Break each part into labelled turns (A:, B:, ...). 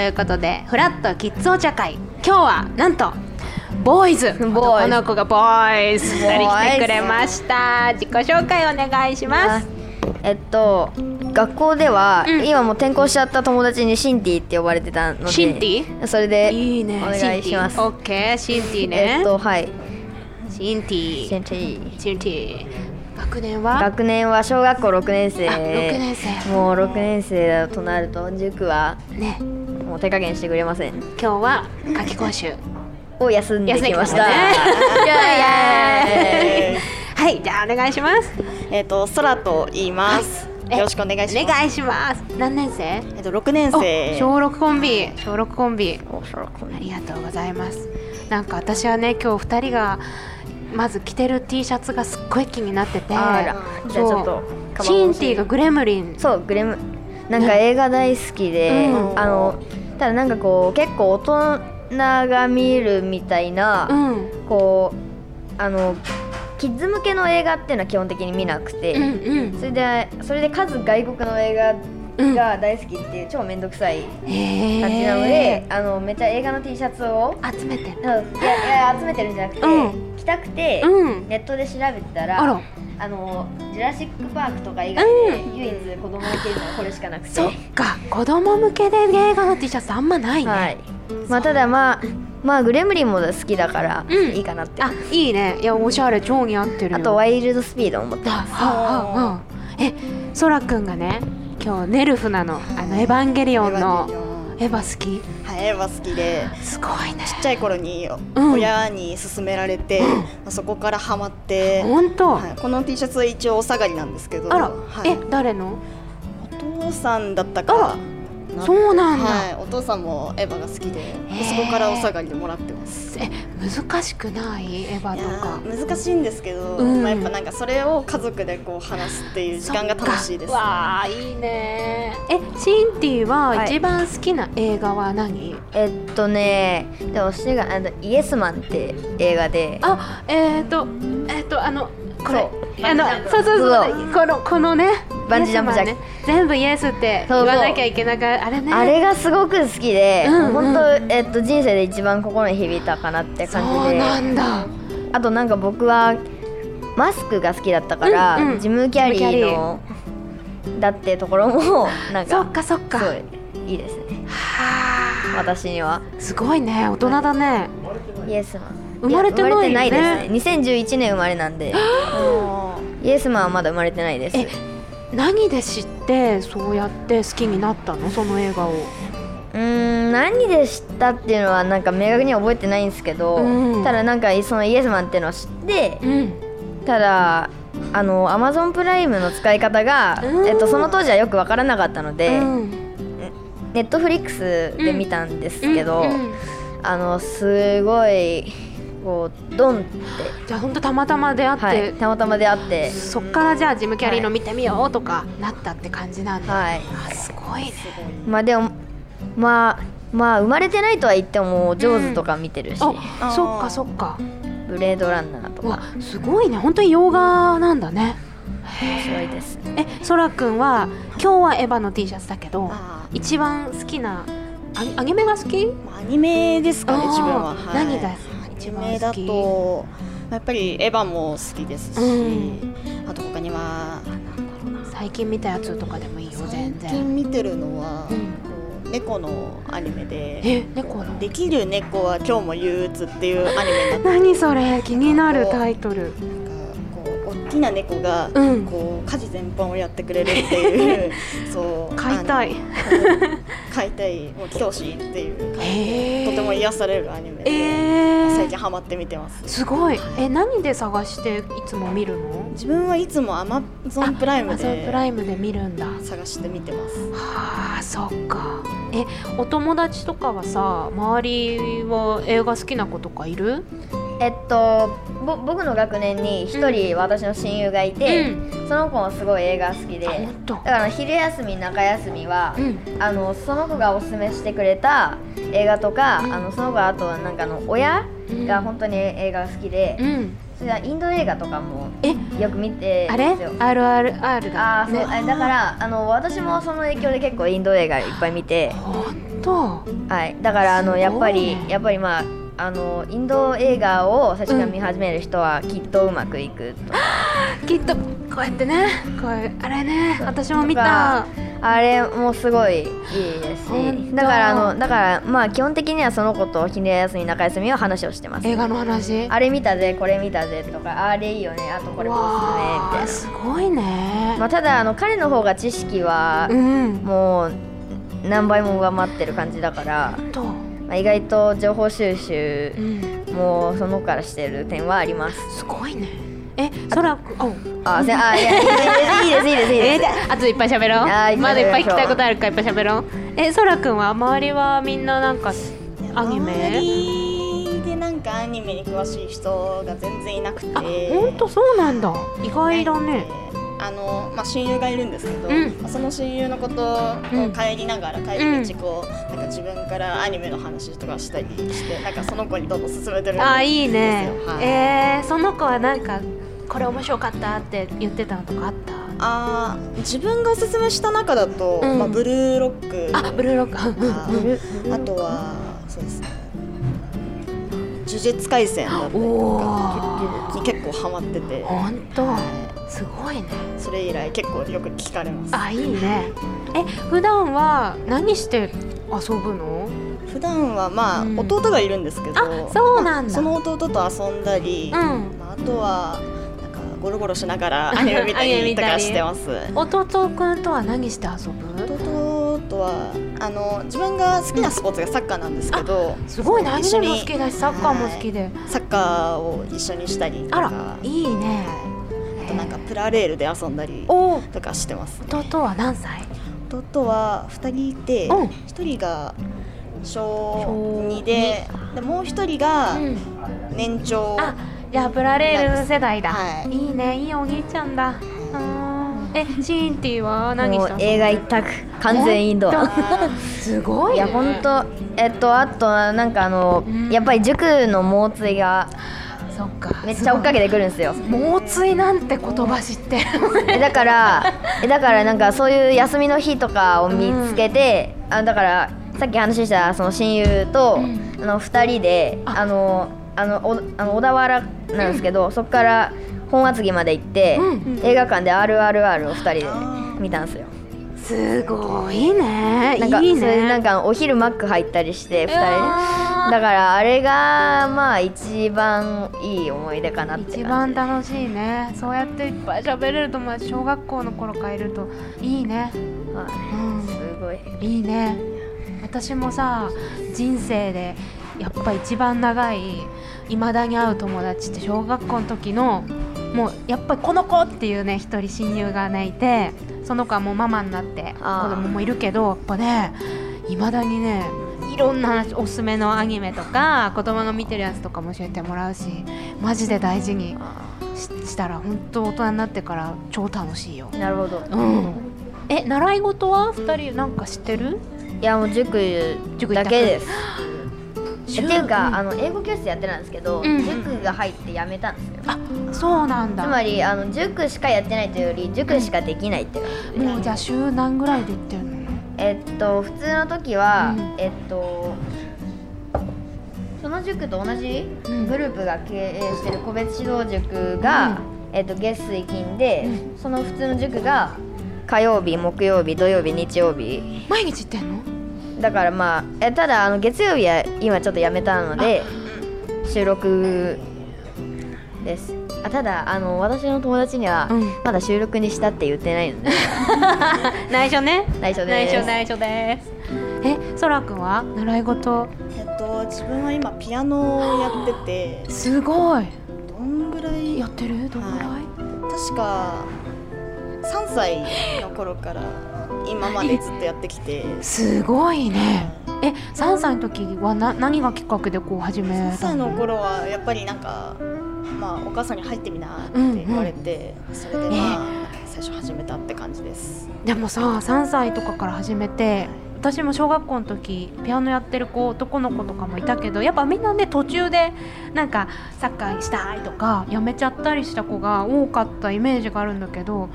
A: いうことでフラットキッズお茶会今日はなんとボーイズ
B: ボー
A: 男
B: イズ
A: の子がボーイズ
B: ボーイ
A: 2
B: ズ
A: 人来てくれました自己紹介お願いします
B: えっと学校では、
A: うん
B: 今もう転校しちゃった友達にシンティって呼ばれてたので
A: シンティ
B: それで
A: いいね
B: お願いします
A: シンティオッケーシンティね、
B: えっとはい
A: シンティ
B: シンティ
A: シンティ学年は
B: 学年は小学校6年生
A: あ六年生
B: もう6年生だとなると塾は
A: ね
B: もう手加減してくれません
A: 今日は夏期講習
B: を休んできま した
A: 休んできましたね
B: イエーイ
A: はいじゃあお願いします
C: えっ、と、空と言います。
A: え
C: よろしくお願いし
A: お
C: ます。
A: 願いします何年生
C: えっと、六年
A: お
C: 生。
A: 小6コンビ小6コンビ
B: おそらく
A: ありがとうございますなんか私はね今日2人がまず着てる T シャツがすっごい気になってて
B: あらじゃあちょっと
A: そうシンティがグレムリン
B: そうグレムなんか映画大好きで、
A: うん
B: あのただなんかこう結構大人が見るみたいな、
A: うん
B: こうあのキッズ向けの映画っていうのは基本的に見なくて、
A: うんうん
B: それでそれで数外国の映
A: うん
B: 画が大好きっていう超めんどくさい
A: へ
B: 感じなの
A: え
B: で、あのめっちゃ映画の T シャツを
A: 集めて
B: いやいや集めてるんじゃなくて、
A: う
B: 着たくて、
A: うん
B: ネットで調べてたら
A: あら
B: あのジュラシック・パークとか以外で唯一子供が着るのはこれしかなくて、
A: そっか子供向けで映画の T シャツあんまないね、
B: はいまあただまあまあグレムリンも好きだから
A: うん
B: いいかなって、
A: あいいねいやおしゃれ超似合ってるよ
B: あとワイルドスピードも持って
A: あ
B: ます
A: あああえそらくんがね今日ネルフなのあのエヴァンゲリオン
C: エヴァンゲリ
A: の
C: オン
A: エヴァ好き
C: はい、エヴァ好きで。
A: すごいね
C: ちっちゃい頃に
A: うん
C: 親に勧められて、まあそこからハマって、
A: 本当、
C: はい、この T シャツは一応お下がりなんですけど、
A: あら、
C: はい、
A: え誰の
C: お父さんだった
A: あ
C: から
A: そうなんだ
C: はい、お父さんもエヴァが好きで
A: ー
C: そこからお下がりでもらってます
A: え難しくないエヴァ
C: い
A: と
C: や
A: か
C: ー難しいんですけど、
A: うん
C: まあ、やっぱなんかそれを家族でこう話すっていう時間が楽しいです
A: そっかわあいいねえシンティは
B: はい
A: 一番好きな映画は何、
B: えっとねでも私があのイエスマンって映画で
A: あえっ、ー、とえっ、とあのこれ
B: そう
A: あの
B: バンジージャンプ
A: そうそうそう
B: そう
A: このこのね
B: バンジージャンプじゃん
A: イエスマンね全部イエスって言
B: そうそう
A: わなきゃいけなかったあれね
B: あれがすごく好きで、
A: うんうん
B: 本当えっと人生で一番心に響いたかなって感じ
A: そう
B: で
A: なんだ
B: あとなんか僕はマスクが好きだったから、
A: うんうん
B: ジム・キャリ
A: ジムキャ
B: ー
A: リ
B: のだってところもなん
A: そ
B: か
A: っかそっか
B: すごいいいですね
A: はあ
B: 私には
A: すごいね大人だね
B: イエスマン
A: 生まれてないね
B: や生まれてないですね2011年生まれなんでイエスマンはまだ生まれてないです
A: え何で知ってそうやって好きになったのその映画を
B: うーん何で知ったっていうのはなんか明確には覚えてないんですけど、
A: うん
B: ただなんかそのイエスマンっていうのを知って
A: うん
B: ただあのアマゾンプライムの使い方が、
A: うん
B: えっと、その当時はよくわからなかったので、
A: うん
B: ネットフリックスで見たんですけど、
A: うんうん
B: あのすごいこうドンって、
A: じゃあほんとたまたま出会って、
B: はい、たまたま出会って、
A: そっからじゃあジム・キャリーの見てみようとかなったって感じなんだ、
B: はい、
A: あすごいね
B: まあでもまあまあ生まれてないとは言っても「ジョーズ」とか見てるし、
A: あ
C: ー
A: そっかそっか
B: ブレードランナー」と
A: う
B: か
A: わすごいね本当に洋画なんだね
B: 面白いです
A: えそらくんは今日はエヴァの T シャツだけど
C: あ
A: 一番好きなアニアニメが好き
C: ーまあアニメですかね
A: あー
C: 自分は、はい
A: 何が一
C: 一
A: 番好
C: 番
A: き
C: だとやっぱりエヴァも好きですし、
A: う
C: あと他には
A: 最近見たやつとかでもいいよ
C: 最
A: 全然
C: 近見てるのは、
A: うん
C: こう猫のアニメで
A: え猫
C: 「
A: の
C: できる猫は今日も憂鬱」っていうアニメになって
A: 何それ気になるタイトル
C: なんかこう大きな猫が、
A: うん
C: こう家事全般をやってくれるっていう そう
A: 買いたい
C: あの買いたいもう教師っていう感じで
A: へえ
C: とても癒されるアニメで、
A: えー
C: 最近ハマって見てます
A: すごいえ何で探していつも見るの
C: 自分はいつもアマゾンプライム
A: Amazon プラ
C: で
A: イムで見るんだ
C: 探して見てます
A: はあそっかえお友達とかはさ周りは映画好きな子とかいる
B: えっとぼ僕の学年に一人私の親友がいて、その子もすごい映画好きで
A: あ
B: だ
A: 本当
B: から昼休み中休みは、
A: ん
B: あのその子がおすすめしてくれた映画とか、あのその子はあとはなんかあの親が本当に映画が好きで、
A: うん
B: それはインド映画とかも
A: え
B: よく見て
A: あ
B: る
A: れ
B: んですよ。
A: RRR だ
B: あーそうあだからあの私もその影響で結構インド映画いっぱい見て
A: 本当
B: はい、だからあ
A: すご
B: の
A: い
B: やっぱり
A: ね
B: やっぱりまああのインド映画を最初から見始める人はきっとうまくいくと、
A: きっとこうやってねこういうあれね私も見
B: と
A: た
B: かあれもすごいいいです
A: 本当
B: しだからあのだからまあ基本的にはその子と昼休み中休みは話をしてます
A: 映画の話
B: あれ見たぜこれ見たぜとかあれいいよねあとこれおすすめみ
A: わ
B: た
A: あ
B: い
A: すごいね
B: な、まあ、ただあの彼の方が知識は
A: うん
B: もう何倍も上回ってる感じだから、
A: と、
B: まあ、意外と情報収集
A: うん、
B: もその子からしてる点はあります
A: すごいねえそらくお
B: あ、せあ、いや、いいです、いいです、いいです、いい
A: え
B: です。
A: あといっぱい喋ろ
B: あーいっぱいう喋りましょう
A: まだいっぱい聞きたいことあるからいっぱい喋ろうえそらくんは周りはみんななんかアニ
C: 周
A: メ
C: りでなんかアニメに詳しい人が全然いなくて
A: あ本当そうなんだ意外だね
C: あの、まあ、親友がいるんですけど、
A: うん
C: まあその親友のことを帰りながら、帰り道こう、なんか自分からアニメの話とかしたりしてなんかその子にどんどん勧めてるんですよ
A: あーいいね
C: はい
A: えーその子はなんかこれ面白かったって言ってたのとかあっ
C: あー自分がおすすめした中だと、
A: うん
C: まあ、ブルーロック
A: たあブルーロックうんうん
C: ああとはそうですね呪術廻戦だったり
A: お
C: とか
A: ー
C: に結構ハマってて
A: 本当すごいね
C: それ以来結構よく聞かれます
A: あいいねえ普段は何して遊ぶの
C: 普段はまあ、
A: うん
C: 弟がいるんですけど
A: あそうな
C: ま
A: んだ
C: あその弟と遊んだり、
A: うん
C: まあ、あとはなんかゴロゴロしなが らアニメ見た
A: アニメ
C: り
A: 見
C: と
A: た
C: か
A: り
C: してます
A: 弟くんとは何して遊ぶ
C: 弟とはあの自分が好きなスポーツがサッカーなんですけど、
A: すごいねアニ
C: 一緒
A: メ
C: に
A: も好きだしサッカーも好きで
C: サッカーを一緒にしたりと
A: あ
C: から
A: いいね
C: あとなんかプラレールで遊んだり
A: おー
C: とかしてます
A: 弟は何歳
C: 弟は2人いて、
A: うん
C: 1人が
A: 小
C: 小2ででもう1人が
A: うん
C: 年長、
A: あじゃあプラレール世代だ、
C: はい
A: いねいいお兄ちゃんだあーえシーンティは何
B: も
A: し
B: う
A: た
B: 映画一択、完全インド。
A: ほん
B: い
A: とすごい、ね、
B: や、本当、えっと、あとは、なんか、あの
A: うん、
B: やっぱり塾の猛追が、
A: そっか
B: めっちゃ追っかけてくるんですよ。
A: 猛追なんて言葉知 ってる
B: え、だから、え、だから、なんか、そういう休みの日とかを見つけて、あ、だから、さっき話した、その親友と、
A: うん
B: あの、二人で、
A: あ
B: あの、あの、お、あの、小田原なんですけど、そこから。本厚木まで行って、
A: うん
B: 映画館で RRR を二人で
C: あー
B: 見たんですよ。
A: すごいね
B: なんか
A: いい
B: それで
A: ね
B: なんかお昼マック入ったりして2人
A: うわー
B: だからあれがまあ一番いい思い出かなって感
A: 一番
B: じ
A: 楽しいねそうやっていっぱい喋れる友達小学校の頃からいるといいね
B: は
A: うん
B: いすごい
A: いいね私もさ人生でやっぱ一番長い未だに会う友達って小学校の時のもうやっぱりこの子っていうね一人親友がねいてその子はもうママになって子
B: あー
A: 供もいるけどやっぱね未だにねいろんな話おすすめのアニメとか子供が見てるやつとかも教えてもらうしマジで大事にししたら本当大人になってから超楽しいよ。
B: なるほど
A: うん、え習い事は二人なんか知ってる
B: いやもう塾
A: 塾
B: だけで
A: っ
B: す
A: て
B: えっていうかあの英語教室やってたんですけど
A: うん
B: 塾が入ってやめたんですよ
A: あそうなんだ
B: つまりあの塾しかやってないというより塾しかできないって感じで
A: もうじゃあ週何ぐらいで行ってるの
B: えっと普通の時は
A: うん
B: えっとその塾と同じ
A: うん
B: グループが経営してる個別指導塾が、えっと、月水金で、その普通の塾が火曜日木曜日土曜日日曜日
A: 毎日行ってんの
B: だからまあえただあの月曜日は今ちょっとやめたので収録ですあただあの私の友達には、
A: うん
B: まだ収録にしたって言ってないので
A: 内緒ね
B: 内緒です
A: 内緒ですえそらくんは習い事
C: えっと、自分は今ピアノをやってて
A: すごい
C: どんぐらい
A: やってるどのぐらい、
C: 確か3歳の頃から今までずっとやってきて
A: すごいねえ三歳の時はな何がきっかけでこう始め
C: 3
A: た
C: 歳
A: の
C: の頃はやっぱりなんか、まあ、お母さんに入ってみなって
A: うんうん
C: 言われて、それでまあ最初始めたって感じです
A: でもさ3歳とかから始めて私も小学校の時ピアノやってる子男の子とかもいたけどやっぱみんなね途中でなんかサッカーしたいとかやめちゃったりした子が多かったイメージがあるんだけど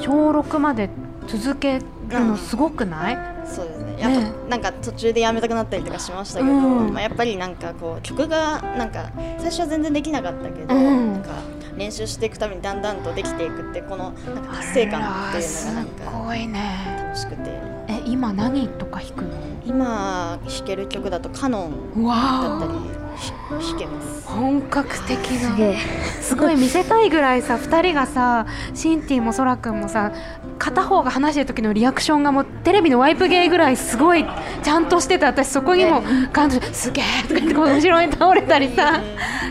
A: 小6まで続けるのすごくない、
C: そうですねやっぱ、
A: ね
C: なんか途中でやめたくなったりとかしましたけど、
A: うん
C: まあ、やっぱりなんかこう曲がなんか最初は全然できなかったけど、
A: うん
C: なんか練習していくためにだんだんとできていくってこのなんか達成感っていうのがなん
A: あらす
C: か
A: ごいね
C: 楽しくて
A: え今何とか弾くの
C: 今弾ける曲だと「カノン」
A: う
C: だったり
A: わ
C: ひ弾けます
A: ー。本格的
B: すげ
A: な
B: え
A: すごい見せたいぐらいさ2人がさシンティもソラくんもさ片方が話してる時のリアクションがもうテレビのワイプ芸ぐらいすごいちゃんとしてて私そこにも感動して「すげえ!」とか言ってこう後ろに倒れたりさ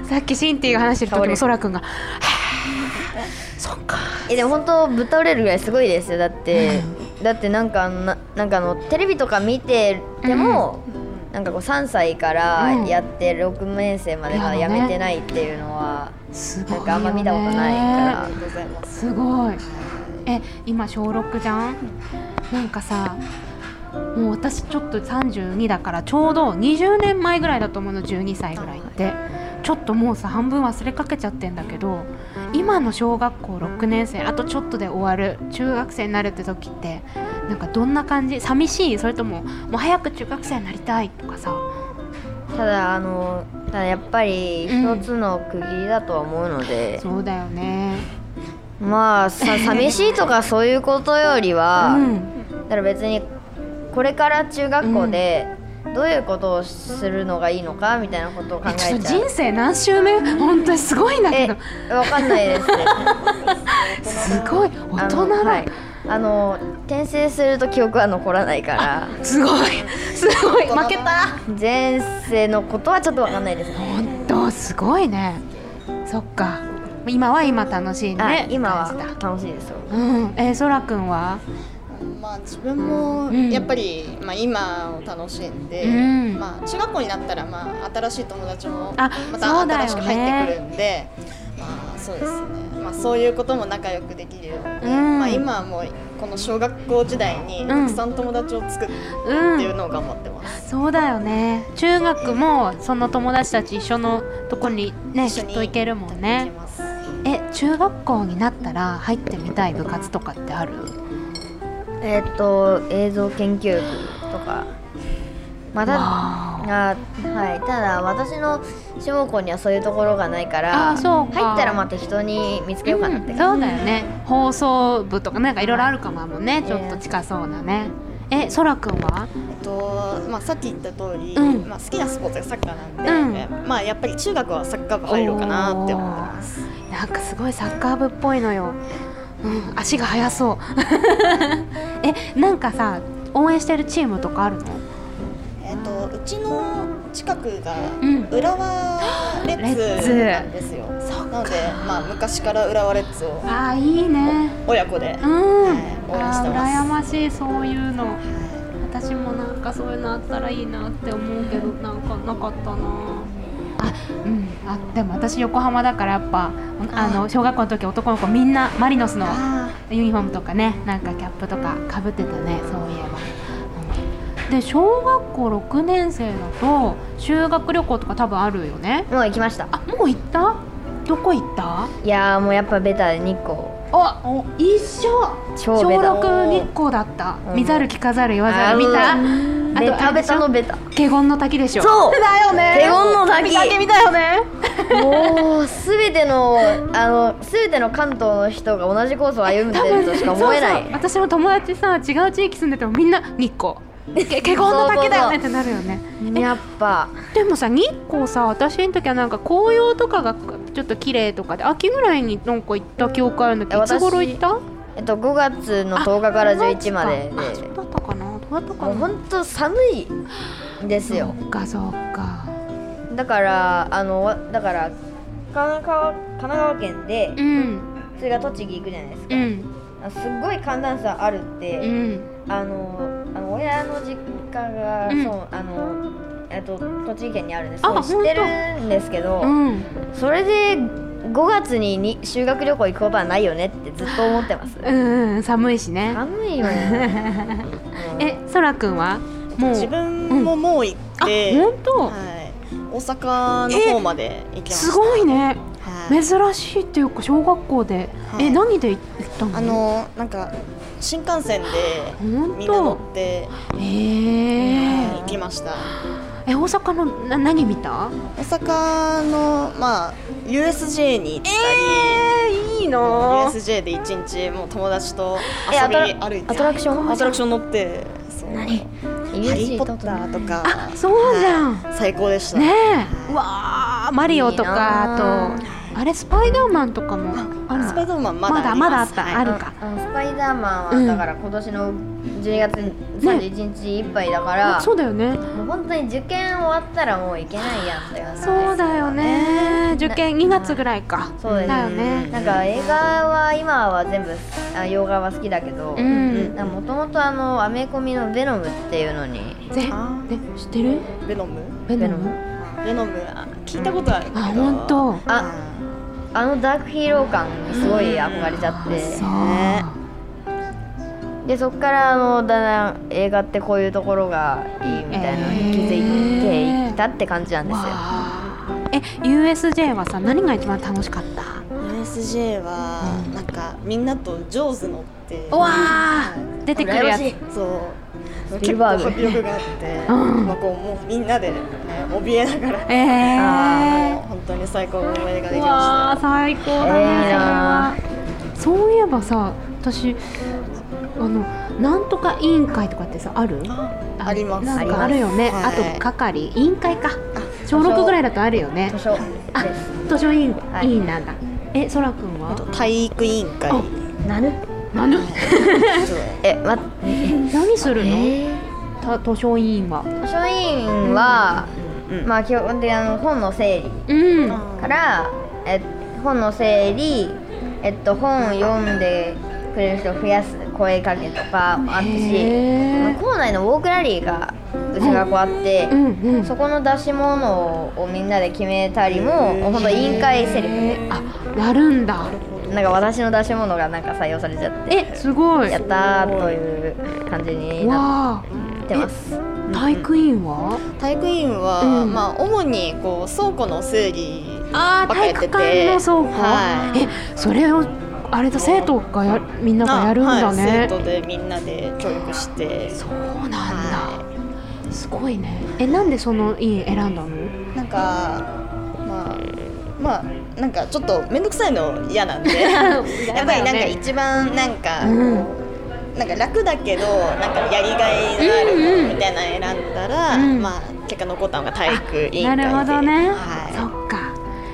A: さっきシンティが話してる
B: 倒
A: 時
B: れ
A: も
B: る
A: ソラくんが「は ーそっか
B: えでも本当ぶっ倒れるぐらいすごいですよだってだってなんかななんかあのテレビとか見てても、なんかこう3歳から
A: うん
B: やって6年生まではやめてないっていうのは、
A: すごいよ
B: なん
A: ね
B: かあんま見たことない
C: あ
B: か
C: りがとうございます
A: すごいえ今小6じゃんなんかさもう私ちょっと32だからちょうど20年前ぐらいだと思うの12歳ぐらいってちょっともうさ半分忘れかけちゃってんだけど今の小学校6年生あとちょっとで終わる中学生になるって時ってなんかどんな感じ寂しいそれとももう早く中学生になりたいとかさ
B: らただあのただやっぱり一つの区切りだとは思うので、
A: そうだよね
B: まあさ 寂しいとかそういうことよりは、
A: うん
B: だから別にこれから中学校でどういうことをするのがいいのかみたいなことを考
A: え
B: え
A: ちょっと
B: ちゃう
A: 人。生何周目本当にすごいんだけ
B: え、
A: ど
B: わかんないです。
A: すごい大人
B: あの
A: だ、
B: はいあの転生すると記憶は残らないから
A: すごいすごい負けた
B: 前世のことはちょっとわかんないですね。
A: 本当すごいねそっか今は今楽しい
B: あ
A: ね
B: 今は
A: って感じだ
B: 楽しいですよ。
A: うんえー、そらくんは
C: まあ、自分も
A: うん
C: やっぱり、まあ、今を楽しんで、
A: うん
C: まあ、中学校になったら、まあ、新しい友達も
A: あ
C: また
A: そうだよ
C: 新
A: ね
C: しく入ってくるんで、まあ、そうですね、まあ、そういうことも仲良くできるように、
A: うん
C: まあ、今はもうこの小学校時代にたくさん友達を作るっ
A: う
C: ていうんのを頑張ってます、
A: そうだよね中学もその友達たち一緒のとこにねき
C: 一緒
A: っ
C: に
A: と行けるもん
C: 行き
A: ね
C: ます
A: え中学校になったら入ってみたい部活とかってある
B: えーっと映像研究部とか、まあた
A: わー
B: あはい、ただ私の志望校にはそういうところがないから
A: あそうか
B: 入ったらまあ適当に見つけようかなって
A: う
B: 感
A: んそ
B: じ、
A: うだよね放送部とかなんかいろいろあるかももんねちょっと近そうなねえそらくんは
C: えっとまあ、さっき言った通り、
A: うん
C: まあ、好きなスポーツがサッカー
A: うん
C: なんで、まあ、やっぱり中学はサッカー部入ろうかなって思ってます
A: なんかすごいサッカー部っぽいのよ、うん、足が速そう えなんかさ応援してるチームとかあるの
C: えっと、うちの近くが
A: うん
C: 浦和レッ
A: レッ
C: ズ
A: ズ
C: なんですよ。なので、まあ、昔から浦和レッズを
A: あーいいね
C: 親子で、
A: うん、
C: 応援
A: あ
C: して
A: ー
C: ます
A: 羨ましいそういうの私もなんかそういうのあったらいいなって思うけどなんかなかったなあうんあでも私横浜だからやっぱあの小学校の時男の子みんなマリノスの
C: あ
A: ユニフォームとかねなんかキャップとかかぶってたねそういえば、うんで小学校6年生だと修学旅行とか多分あるよね
B: もう行きました
A: あもう行ったどこ行った
B: いやーもうやっぱベタで日光
A: あ一緒
B: 超
A: 小
B: ベタ
A: 6日光だった
B: うん
A: 見ざる聞かざる言わざる見
B: あ
A: たあ
B: ベ
A: とあ
B: タ
A: れ
B: ベ
A: でしょ
B: タのベタ
A: 華厳の滝でしょ
B: そう
A: だよね
B: 華厳の滝
A: 見た見たよね
B: もうすべてのあのすべての関東の人が同じコースを歩んでるとしか思えない
A: そうそう私の友達さ違う地域住んでてもみんな日光け華厳の滝だよねってなるよね
B: やっぱ
A: でもさ日光さ私の時はなんか紅葉とかがちょっと綺麗とかで秋ぐらいになんか行った記憶あるんだけどい
B: 私
A: つ頃行った
B: えっと5月の10日から11までで
A: あそうだったかなどうだったか
B: も
A: な
B: う本当寒いんですよ
A: そっかそっか
B: だからあのだから神奈川神奈川県で
A: うん
B: それが栃木行くじゃないですか
A: う、ん
B: あすっごい寒暖差あるって、
A: うん
B: あのあの親の実家が、
A: うん
B: そうあのえっと栃木県にあるんです
A: あ
B: そう知ってるんですけど、
A: うん
B: それで5月にに修学旅行行くことはないよねってずっと思ってます
A: うんうん 寒いしね
B: 寒いよねうん
A: えそらくんはもう
C: 自分ももう行っ
A: あ
C: て、
A: 本当
C: はい、大阪の方まで行きました。
A: すごいね
C: はね
A: 珍しいっていうか小学校で、
C: はい
A: え何で行ったの
C: あのなんか新幹線で
A: 本
C: みんな乗
A: 当
C: って
A: えー
C: 行きました
A: え大阪のな何見た
C: 大阪のまあ USJ に行ったり、
A: えいいの
C: USJ で一日もう友達と
B: え
C: 遊び
B: ア
C: に歩いて
B: アトラクション
C: アトラクション乗ってそう
B: 何
C: ハリー・ポッターとか
A: あそうじゃん
C: はい最高でした
A: ねえうわあマリオと
B: いいな
A: か
B: あ
A: あとあれスパイダーマンとかもある
C: スパイダーマンまだ
A: まだ
C: りす
A: まだあった
C: はい
A: あるか
B: あのスパイダーマ
A: う
B: ンは
A: ん
B: だから今年の12月31日いっぱいだから、
A: そうだよね
B: もう本当に受験終わったらもう行けないやんって感じ
A: そうだよね受験2月ぐらいか
B: そうです
A: だよね
B: なんか映画は今は全部あ洋画は好きだけど、
A: うん
B: もともとあのアメコミの「ベノム」っていうのに
A: ぜね
C: あ
A: 知ってる
C: ーベノム
A: ベノ
B: ベノ
A: ム
C: ベノムあ聞いたことあるけど
A: あ本当
B: ああのダークヒーロー感にすごい憧れちゃって、
A: そう
B: でそっからあのだんだん映画ってこういうところがいいみたいなのに気づいていったって感じなんですよ、
A: わーえ USJ はさ何が一番楽しかった
C: USJ はなんかみんなと上手乗って
A: うわー出てくるやつ
B: 羨ましい
C: そう
B: スピ
C: 結
B: ル
C: 構
B: バーグ
C: 迫力があって、
A: うん
C: まあ、こうもうみんなで、ね、怯えながら、
A: えー
B: あ
C: もう本当に最高の思い出ができ
A: うわ
C: ま
A: ー
C: し
A: 最高だ
B: え
A: ね
B: えな
A: それはそういえばさ私あのなんとか委員会とかってさある
C: たああります
A: なんかあるよねあ
C: ありますはい
A: と係委員会か小6ぐらいだとあるよね
B: 図書
A: あ
B: です
A: 図書委員
B: はい
A: 委員なんだえそらくんは
C: 体育委員会
A: あ
B: なる
A: 何
C: そう
B: え待っ
A: 何する
B: て、
A: のた図書委員は
B: 図書委員は、
C: うん
B: まあ基本的にあの本の整理
A: うん
B: からえ本の整理、えっと、本を読んでくれる人を増やす声かけとかもあったし
A: へー
B: 校内のウォークラリーがうち学校あって
A: う、んうん
B: そこの出し物をみんなで決めたりも、
C: うん
B: ほんと委員会セリフ
A: へーあやるんだ
B: でなんか私の出し物がなんか採用されちゃって
A: えすごい
B: やったーという感じにな
A: わあ
B: ってます
A: 体育委員は
C: 体育委員は、
A: うん
C: まあ主にこう倉庫の整理
A: あ
C: ばっ
A: ー
C: か
A: 体
C: やってて
A: 育館の倉庫、
C: は
A: えそれをあれと生徒がやみんながやるんだ
C: あはい
A: ね、
C: 生徒でみんなで協力して
A: そうなんだ、
C: は
A: すごいねえなんでその委員選んだの
C: いなんかまあまあなんかちょっと面倒くさいの嫌なんで やっぱりなんか一番なんか、
A: うん
C: なんか楽だけどなんかやりがいのあるものみたいなの選んだら、
A: うんうん
C: まあ結果残ったのが体育委員会
A: な
C: で
A: るほどね、そ
C: は
A: っか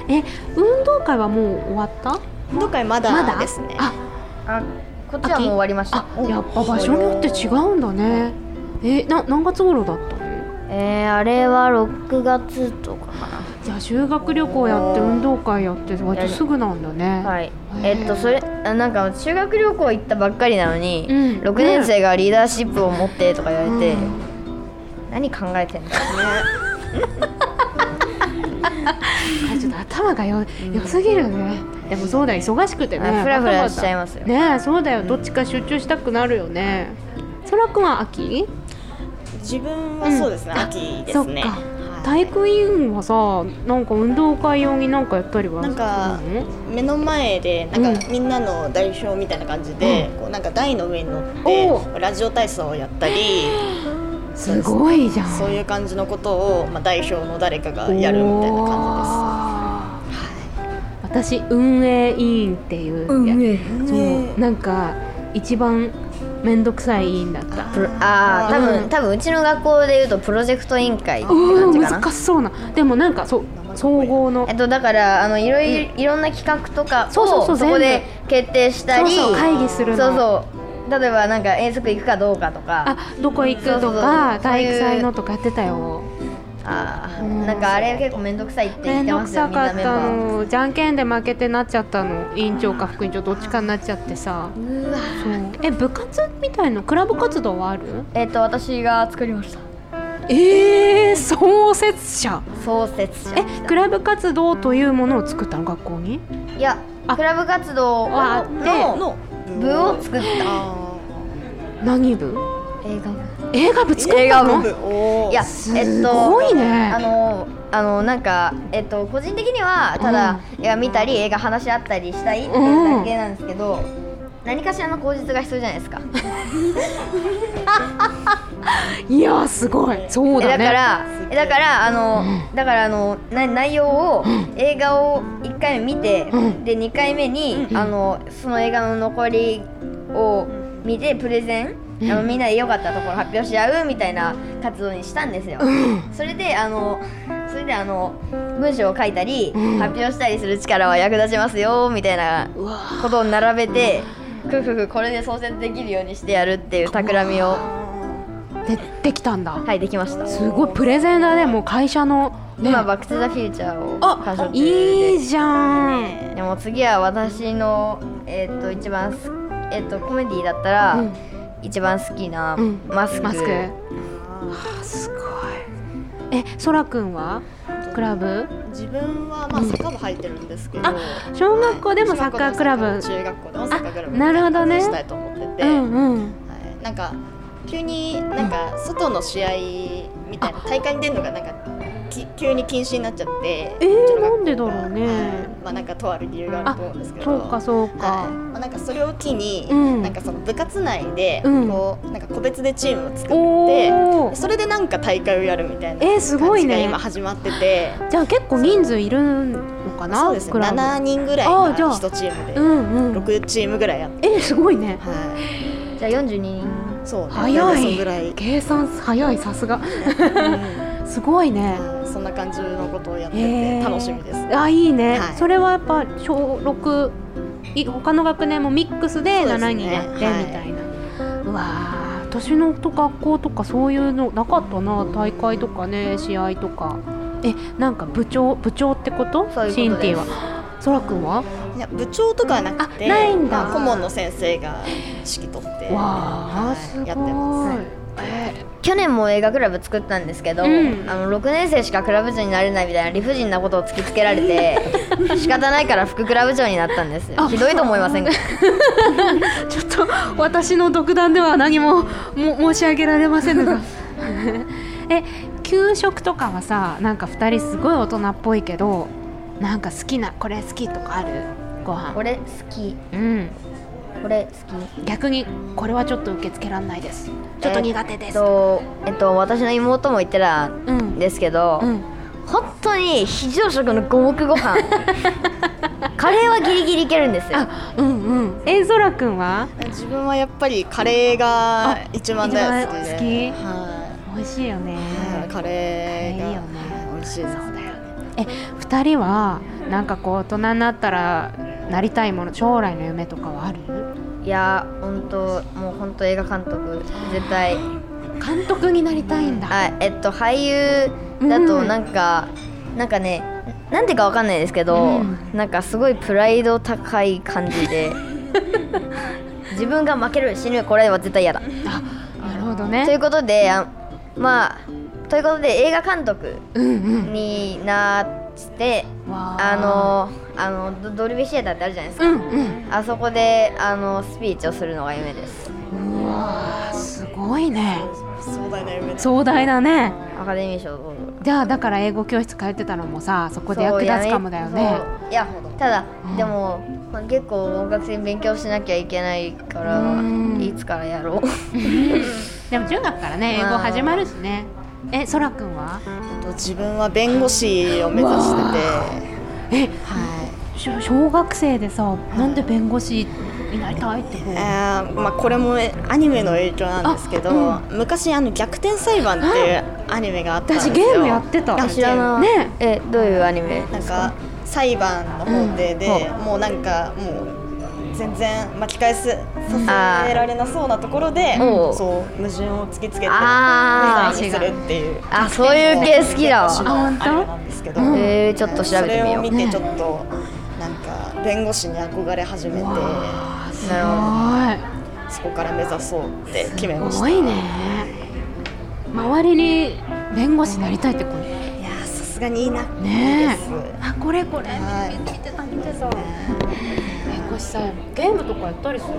A: え運動会はもう終わった
C: い運動会ま
A: ま
C: だ
A: だ
C: ですね
A: あ
B: あこっちはもう終わりました
A: あやっぱ場所によって違うんだねえな何月頃だったの
B: えー、あれは6月とかか
A: じゃあ修学旅行やって運動会やって割とすぐなんだね、
B: なはい
A: へー
B: えっとそれあなんか修学旅行行ったばっかりなのに、
A: うん
B: 6年生がリーダーシップを持ってとか言われて、
A: うん
B: 何考えてんの
A: あちょっと頭がよ良すぎるねでもそうだよ忙しくてね
B: あフラフラしちゃいますよ
A: バタバタねえそうだよどっちか集中したくなるよねそらくんは秋
C: 自分はそうですね、秋ですね
A: そっか
C: はい
A: 体育委員はさなんか運動会用になんかやったりは
C: なんか
A: するの
C: 目の前でなん
A: う
C: かみんなの代表みたいな感じで、こうなんか台の上に乗っ
A: お
C: てラジオ体操をやったり
A: すごいじゃん
C: そういう感じのことを、まあ、代表の誰かがやるみたいな感
A: 感じです私運営委員っていう
B: え
A: そうなんか一番面倒くさい委員だった
C: じ
B: プ
C: で
B: ロ
C: す。
B: あー多
C: う
B: 分
C: ん
B: 多分うちの学校でいうとプロジェクト委員会って
A: う
B: 感じ
A: ん
B: かな
A: 難しそうなでもなんかそう総合の
B: えっとだからあのいろいろいろんな企画とかを
A: そうそうそう
B: こで
A: 全
B: 決定したり
A: そうそう会議するの
B: そうそう例えばなんか遠足行くかどうかとか
A: あどこ行くと
B: そうそうそ
A: か
B: う
A: 体育祭のとかやってたよ
B: あー
A: うん
B: なんかあれ結構面倒くさいって言
A: 面
B: って
A: 倒
B: ま
A: くさ
B: すよみん
A: か
B: な
A: っ
B: メン
A: た
B: バー
A: のじゃんけんで負けてなっちゃったの委員長か副委員長どっちかになっちゃってさそうえ部活みたいのクラブ活動はある
B: えっと私が作りました
A: えー、創設者
B: 創設者
A: えクラブ活動というものを作ったの学校に
B: いや
A: あ
B: クラブ活動
A: はあっ
B: の
A: て
C: の
B: 部を作った
C: あ
A: 何部
B: 映画部
A: 映画部作ったの
C: ー部を
B: いや
A: す
B: えっと
A: ごいね
B: あのあのなんかえっと個人的にはただ映画見たり映画話し合ったりしたいっていうだけなんですけど、何かしらの口実が必要じゃないですか。
A: いやーすごいそう
B: え
A: だ
B: だ
A: ね
B: からえだからあの、だからあのな内容を映画を1回目見て、
A: うん
B: で2回目に、あのその映画の残りを見てプレゼン、あのみんなで良かったところ発表し合うみたいな活動にしたんですよ、それであのそれであの文章を書いたり、発表したりする力は役立ちますよみたいな
A: うわ
B: ことを並べてふふふこれで創設できるようにしてやるっていう企みを
A: ーでできたんだ、
B: はいできました
A: すごいプレゼンだねもう会社のね
B: 今、バック・トゥ・ザ・フューチャーを鑑賞
A: あ
B: 中で
A: いいじゃん
B: でも次は私の、えっと一番す、えっとコメディだったら、
A: うん
B: 一番好きな
A: うん
B: マスク,、
A: マスクはあすごいえそらくんはクラブ
C: 自分はまあサッカー部入ってるんですけど、
A: あ小学校でもサッカークラブ、
C: 中学校でもサッカークラブ
A: あなるほどね
C: したいと思ってて、
A: うんうん
C: はい、なんか急になんか外の試合みたいな大会に出るのがなんかき急に禁止になっちゃって
A: えー
C: うちの学校が
A: なんでだろうね
C: はいまあなんかとある理由があると思うんですけど
A: そうかそう
C: はい
A: か、
C: まあ、なんかそれを機に、
A: うん
C: なんかその部活内で
A: うん
C: こう、なんか個別でチームを作って
A: おお
C: それでなんか大会をやるみたいな
A: えーすご
C: 感
A: い
C: じが
A: ね
C: 今始まってて、
A: じゃあ結構人数いるのかな
C: そうですね
A: クラブ
C: 7人ぐらい
A: あーじゃ
C: が
A: あ
C: 1チームで、
A: うんうん
C: 6チームぐらいあって、
A: えーすごいね
C: はい、
B: じゃあ42人
C: そうねなん
A: 早
C: かそ
A: い
C: んぐらい、うん
A: 計算早いさすがすごいね
C: はいそんな感じのことをやって
A: へ
C: て
A: ー
C: 楽しみです。
A: あいいね、
C: はい
A: それはやっぱ小6い他の学年もミックスで
C: そうですね
A: 7人やってみたいなう,、わー私のと学校とかそういうのなかったな大会とかね試合とかえなんか部長部長ってこと
B: そういうことです
A: シンティはそらくんはい
C: や部長とかはなくて
A: あないんだ
C: まあ顧問の先生が指揮取って
A: わあ
C: はい
A: すごい、
C: やってます、
A: え
B: 去年も映画クラブ作ったんですけど、
A: うん
B: あの6年生しかクラブ長になれないみたいな理不尽なことを突きつけられ て仕方ないから副クラブ長になったんですよ
A: あ
B: ひどいと思い ませんか
A: ーちょっと私の独断では何もも申し上げられませんが え給食とかはさなんか2人すごい大人っぽいけどなんか好きなこれ好きとかあるご飯
B: これ好き
A: うん
B: これ好き
A: 逆にこれはちょっと受け付けられないですちょっと苦手で
B: えっ
A: す、
B: と、えっと、私の妹も言ってたん
A: うん
B: ですけど、
A: うん
B: 本当に非常食の五目 ご飯カレーはギリギリいけるんですよ
A: あうんうんえそらくんは
C: 自分はやっぱりカレーが一番大好きで
A: 一番
C: は
A: 美味しいよね
C: いはいカレーが
A: カレーいいよね
C: はい美味しいです
A: そうだよねえ二人はなんかこう大人になったらなりたいもの将来の夢とかはある
B: いや本当もう本当映画監督絶対
A: 監督になりたいんだ、
B: あえっと俳優だと
A: うん
B: なんか、なんかねなんてかわかんないですけ
A: う
B: ど、
A: ん
B: なんかすごいプライド高い感 じで自分が負ける死ぬこれは絶対嫌だ
A: あなるほど
B: とい
A: ね
B: うことであまあということで映画監督
A: うんうん
B: になって
A: わ
B: あのあのドドルビーシアターってあるじゃないです
A: う
B: か、
A: んうん
B: あそこであのスピーチをするのが夢です
A: うわーすごいね
C: 壮大な夢です
A: 壮大だね
B: アカデミー賞どうぞ
A: じゃあだから英語教室通ってたのもさそこで役立つかもだよね
B: そういやただでも、まあ結構本格的に勉強しなきゃいけないから、
A: うん
B: いつからやろう
A: でも中学からね英語始まるしねえそらくんは
C: えっと自分は弁護士を目指してて
A: え
C: はい
A: しょ小学生でさなんで弁護士になりたいって
C: えーまあ、これもえアニメの影響なんですけど、
A: あ
C: 昔あの「逆転裁判」っていうアニメがあったんです
A: 私
C: よ
A: ゲームやってた
C: あ
B: 知らない
A: ね
B: えどういうアニメ
C: なんか裁判の法廷で、もうなんかもう全然巻き返すさせられなそうなところで、
B: うん
C: そう矛盾を突きつけて
B: あー
C: 無罪にするっていう
B: あそういう系好き だ
C: 私
B: わ
C: の
A: あ本当
C: アニメなんですけど、
A: うん
B: えー、ちょっと調べてみよ
C: それを
B: う
C: 見てちょっとなんか弁護士に憧れ始めて
A: わあす
B: なるほど
C: そこから目指そうって決めまし
A: す
C: た
A: ごいね周りに弁護士になりたいって子ね
C: いやーさすがにいいな
A: ね
C: です
A: えあこれこれ
C: はい
A: 見てた見てた弁護士さんゲームとかやったりする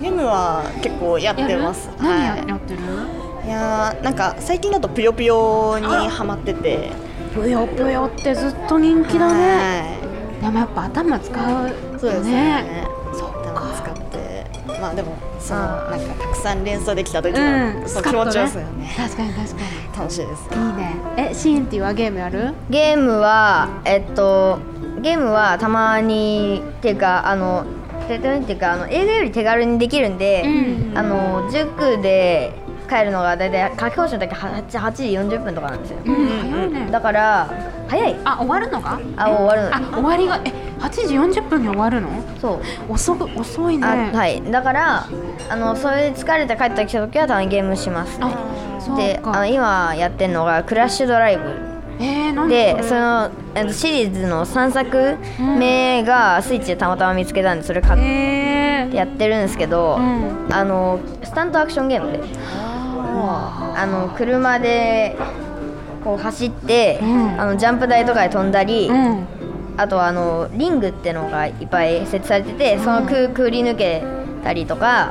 C: ゲームは結構やってます
A: 何や,、
C: はい
A: ってる
C: いやーなんか最近だとぷよぷよにハマってて
A: ぷよぷよってずっと人気だね
C: ね
A: でもやっぱ頭使うよね
C: そうですね
A: そっ
C: 頭
A: か
C: 使ってまあでもその
B: あ
C: なんかたくさん連想できた時
A: う
C: の
A: ん
C: そう
A: ス
C: 気
A: カッとね
C: 持ちよさよね
A: 確かに確か
C: 楽しいです
A: にいいねえシーンっていうはゲームやる
B: ゲームはえっとゲームはたまにっていうかあの手軽にっていうかあの映画より手軽にできるんで、
A: うん
B: あの塾で帰るのが大体夏期講習の時 8, 8時40分とかなんですよ
A: うん
C: ん
A: 早いね
B: だから早い
A: あ終わるのが
B: あ終わる
A: あ終わりがえ8時40分に終わるの
B: そう
A: 遅く遅いね
B: あはいだからあのそれで疲れて帰ってきた時はたまにゲームしますね
A: あそう
B: であの
A: か
B: 今やってるのが「クラッシュドライブ」
A: えー、何
B: で
A: そ
B: そ
A: れ
B: のえっとシリーズの3作目がスイッチでたまたま見つけたんでそれ買っ
A: え
B: てやってるんですけど、
A: うん
B: あのスタントアクションゲームであの車でこう走って、
A: うん
B: あのジャンプ台とかで飛んだり、
A: うん
B: あとはあのリングってのがいっぱい設置されててそのくくり抜けたりとか、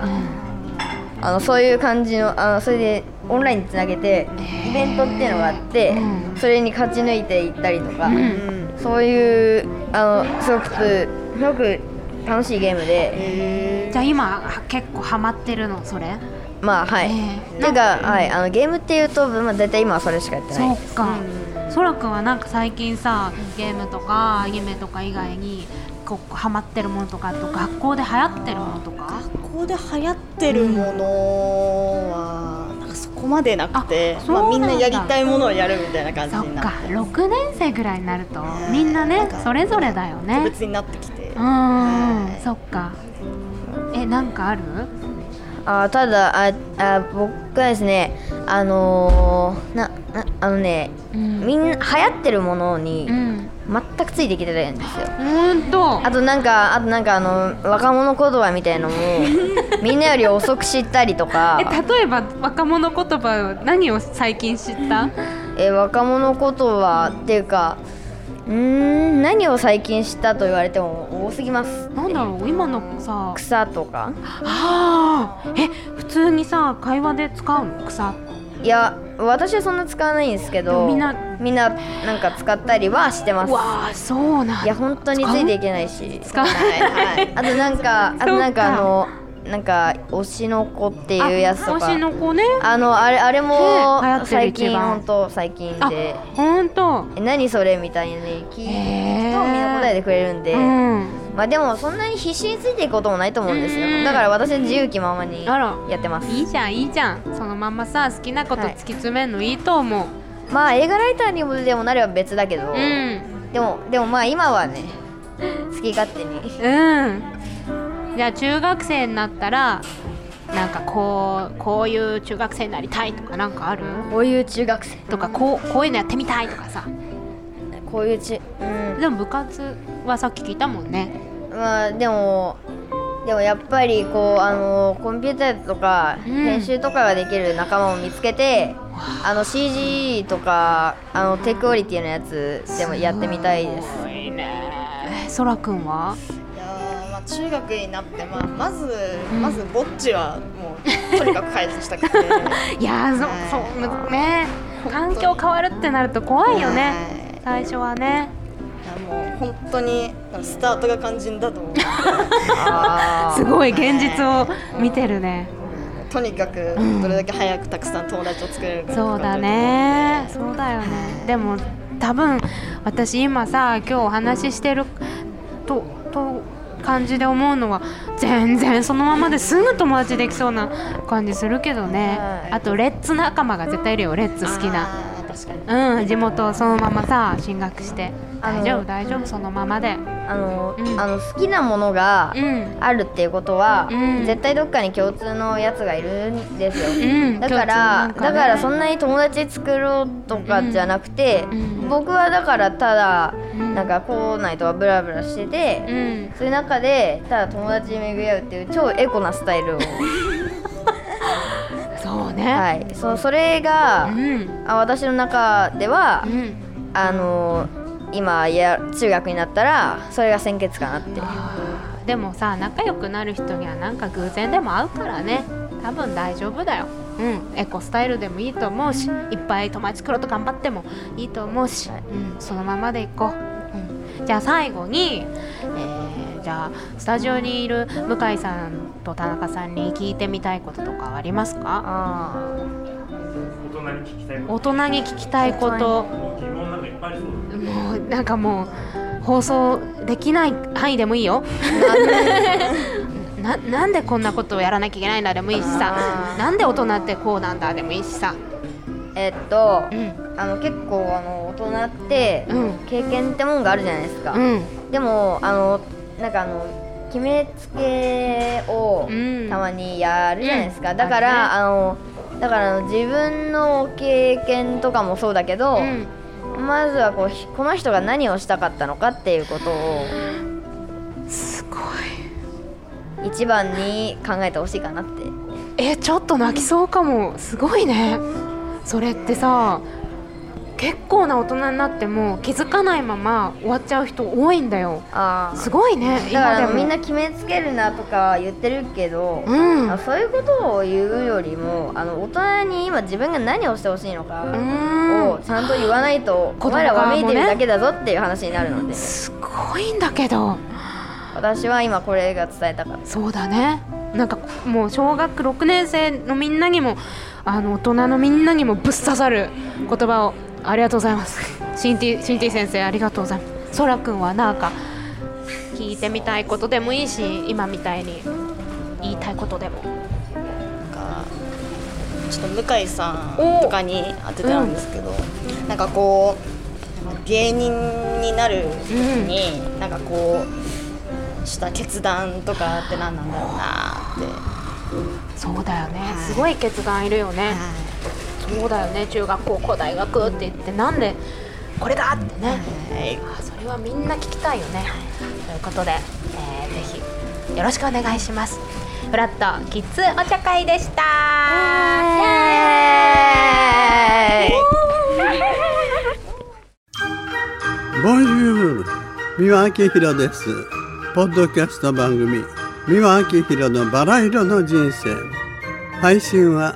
B: あのそういう感じのあのそれでオンラインにつなげてイベントってのがあって、
A: うん
B: それに勝ち抜いていったりとか。
A: うん
B: そういうあのすごくすごく楽しいゲームで、
A: じゃあ今は結構ハマってるのそれ
B: まあはい。
A: ええ
B: てか、はい、あのゲームっていうと、まあ、大体今はそれしかやってな
A: そ
B: いう
A: かそらくんはなんか最近さゲームとかアニメとか以外にこうハマってるものとかあと学校で流行ってるものとか
C: 学校で流行ってるものはなんかそこまでなくて
A: あ、そう
C: まあ、
A: な
C: み
A: ん
C: ん
A: だ
C: なやりたいものをやるみたいな感
A: そ
C: じ
A: っ
C: に
A: か
C: なって
A: 6年生ぐらいになると
C: ね
A: みんな
C: な
A: ね
C: んか
A: それぞれだよね
C: 別になってきて、
A: うんうんうんそっかえなんかある
B: あただああ僕はですねあのーななあのね、
A: うん
B: みんな流行ってるものに
A: うん
B: 全くついてきてないんですよ、
A: ほんと
B: あとなんかあとなんかあの若者言葉みたい のもみんなより遅く知ったりとか
A: え例えば若者言葉何を最近知った
B: えー若者言葉っていうかうーん何を最近知ったと言われても多すぎます
A: なんだろう今のさ
B: 草とか
A: ああえ普通にさ会話で使うの草
B: いや私はそんな使わないんですけ
A: でも
B: ど
A: みんな
B: みんななんか使ったりはしてます
A: わあそうなん
B: いや本当についていけないし
A: 使う
C: はいはい
B: あとなんかあとなん
A: そ
B: か
A: っ
B: あ
A: か
B: のなんか推しの子っていうやつと
A: あ推し
B: か
A: の子ね
B: あのあれあれも
A: ね流行ってる
B: 最
A: 一
B: 近
A: 番
B: 本当最近
A: あ
B: で
A: ほんと
B: え何それみたいに聞いて
A: へー
B: 聞くとみんな答えてくれるんで、
A: うん
B: まあでもそんなに必死についていくこともないと思うんですよ
A: うん
B: だから私は自由気ままに
A: あら
B: やってます
A: いいじゃんいいじゃんそのまんまさ好きなこと
B: はい
A: 突き詰めるのいいと思う、
B: まあ映画ライターにもでもなれば別だけど、
A: うん
B: でもでもまあ今はね好き勝手に
A: うんじゃあ中学生になったらなんかこうこういう中学生になりたいとかなんかある
B: こういう中学生
A: とかこうこういうのやってみたいとかさ
B: こういう中うん
A: でも部活はさっき聞いたもんね
B: まあでもでもやっぱりこうあのコンピューターとか
A: うん
B: 編集とかができる仲間を見つけて、あの CG とかあの低クオリティのやつでもやってみたいです
A: ごいねそらくんはい
C: やーまあ、中学になって、まあ、まず、まずぼっちはもうとにかく解除したくて
A: いや
C: は
A: ー
C: い
A: そそうね環境変わるってなると怖いよね
C: はい
A: 最初はね
C: いやもう本当にスタートが肝心だと思う
B: あ
A: す
B: ー
A: ごい現実を見てるね
C: とにかくどれだけ早くたくさん友達を作れるか
A: そうだねそうだよねでも多分私今さ今日お話ししてるとと感じで思うのは全然そのままですぐ友達できそうな感じするけどね
B: はい
A: あとレッツ仲間が絶対いるよレッツ好きな。
C: あー確かに
A: うん、地元をそのままさ進学して
B: あ
A: 大
B: の
A: 丈夫大丈夫そのままで
B: あの,、
A: うん
B: あの好きなものが
A: うん
B: あるっていうことは、
A: うん
B: 絶対どっかに共通のやつがいるんですよ、
A: うん
B: だ
A: 共通のなん
B: から
A: かね
B: だからそんなに友達作ろうとかじゃなくて、
A: うん
B: 僕はだからただ、
A: うん
B: なんか校内とはブラブラしてて、
A: うん
B: そういう中でただ友達に巡り合うっていう超エコなスタイルを
A: そうね、
B: はいそうそれが、
A: うん
B: あ私の中では
A: う、ん
B: あの今や中学になったらそれが先決かなって
A: あーでもさ仲良くなる人にはなんか偶然でも会うからね多分大丈夫だようん、エコスタイルでもいいと思うしいっぱい友達作ろうと頑張ってもいいと思うし、
B: はい
A: うん、そのままでいこう、うん、じゃあ最後に、えーじゃあスタジオにいる向井さんと田中さんに聞いてみたいこととかはありますか
B: あー
D: 大人に聞きたいこ
A: 大人に聞きたいこと
D: ともう疑問なんかいっぱいありそうだ
A: もうなんかもう放送できない範囲でもいいよななんでこんなことをやらなきゃいけないんだでもいいし
B: あ
A: さ
B: ー
A: なんで大人ってこうなんだでもいいしさ
B: えっと
A: うん
B: あの結構あの大人って
A: うん
B: 経験ってもんがあるじゃないですか、
A: うん
B: でもあのなんかあの決めつけを
A: うん
B: たまにやるじゃないですか、
A: うん
B: だから、
A: あ
B: あのだからあの自分の経験とかもそうだけど、
A: うん
B: まずはこうひこの人が何をしたかったのかっていうことを
A: すごい
B: 一番に考えてほしいかなって
A: えちょっと泣きそうかもすごいねそれってさ結構な大人になっても気づかないまま終わっちゃう人多いんだよ
B: あ
A: すごいね
B: だか
A: 今で
B: ら
A: も
B: みんな決めつけるなとか言ってるけど、
A: うん
B: あそういうことを言うよりもあの大人に今自分が何をしてほしいのか
A: うん
B: をちゃんと言わないと
A: 子供
B: お前ら
A: 側
B: わ
A: もね
B: めいてるだけだぞっていう話になるのです
A: ごいんだけど
B: 私は今これが伝えたかっ
A: そうだねなんかもう小学6年生のみんなにもあの大人のみんなにもぶっ刺さる言葉をありがとうございます シンティシンティ先生ありがとうございますそらくんはなんか聞いてみたいことでもいいし今みたいに言いたいことでも
C: なんかちょっと向井さんとかに当ててなんですけど、なんかこうなんか芸人になる時に、なんかこうした決断とかって何なんだろうなって、
A: そうだよねすごい決断いるよね、そうだよね中学高校大学って言ってなんでこれだってね、
C: はい
A: あそれはみんな聞きたいよねということで、えーぜひよろしくお願いしますフラットキッズお茶会でしたイエーイ
E: ボンジュール三輪明宏ですポッドキャスト番組三輪明宏のバラ色の人生配信は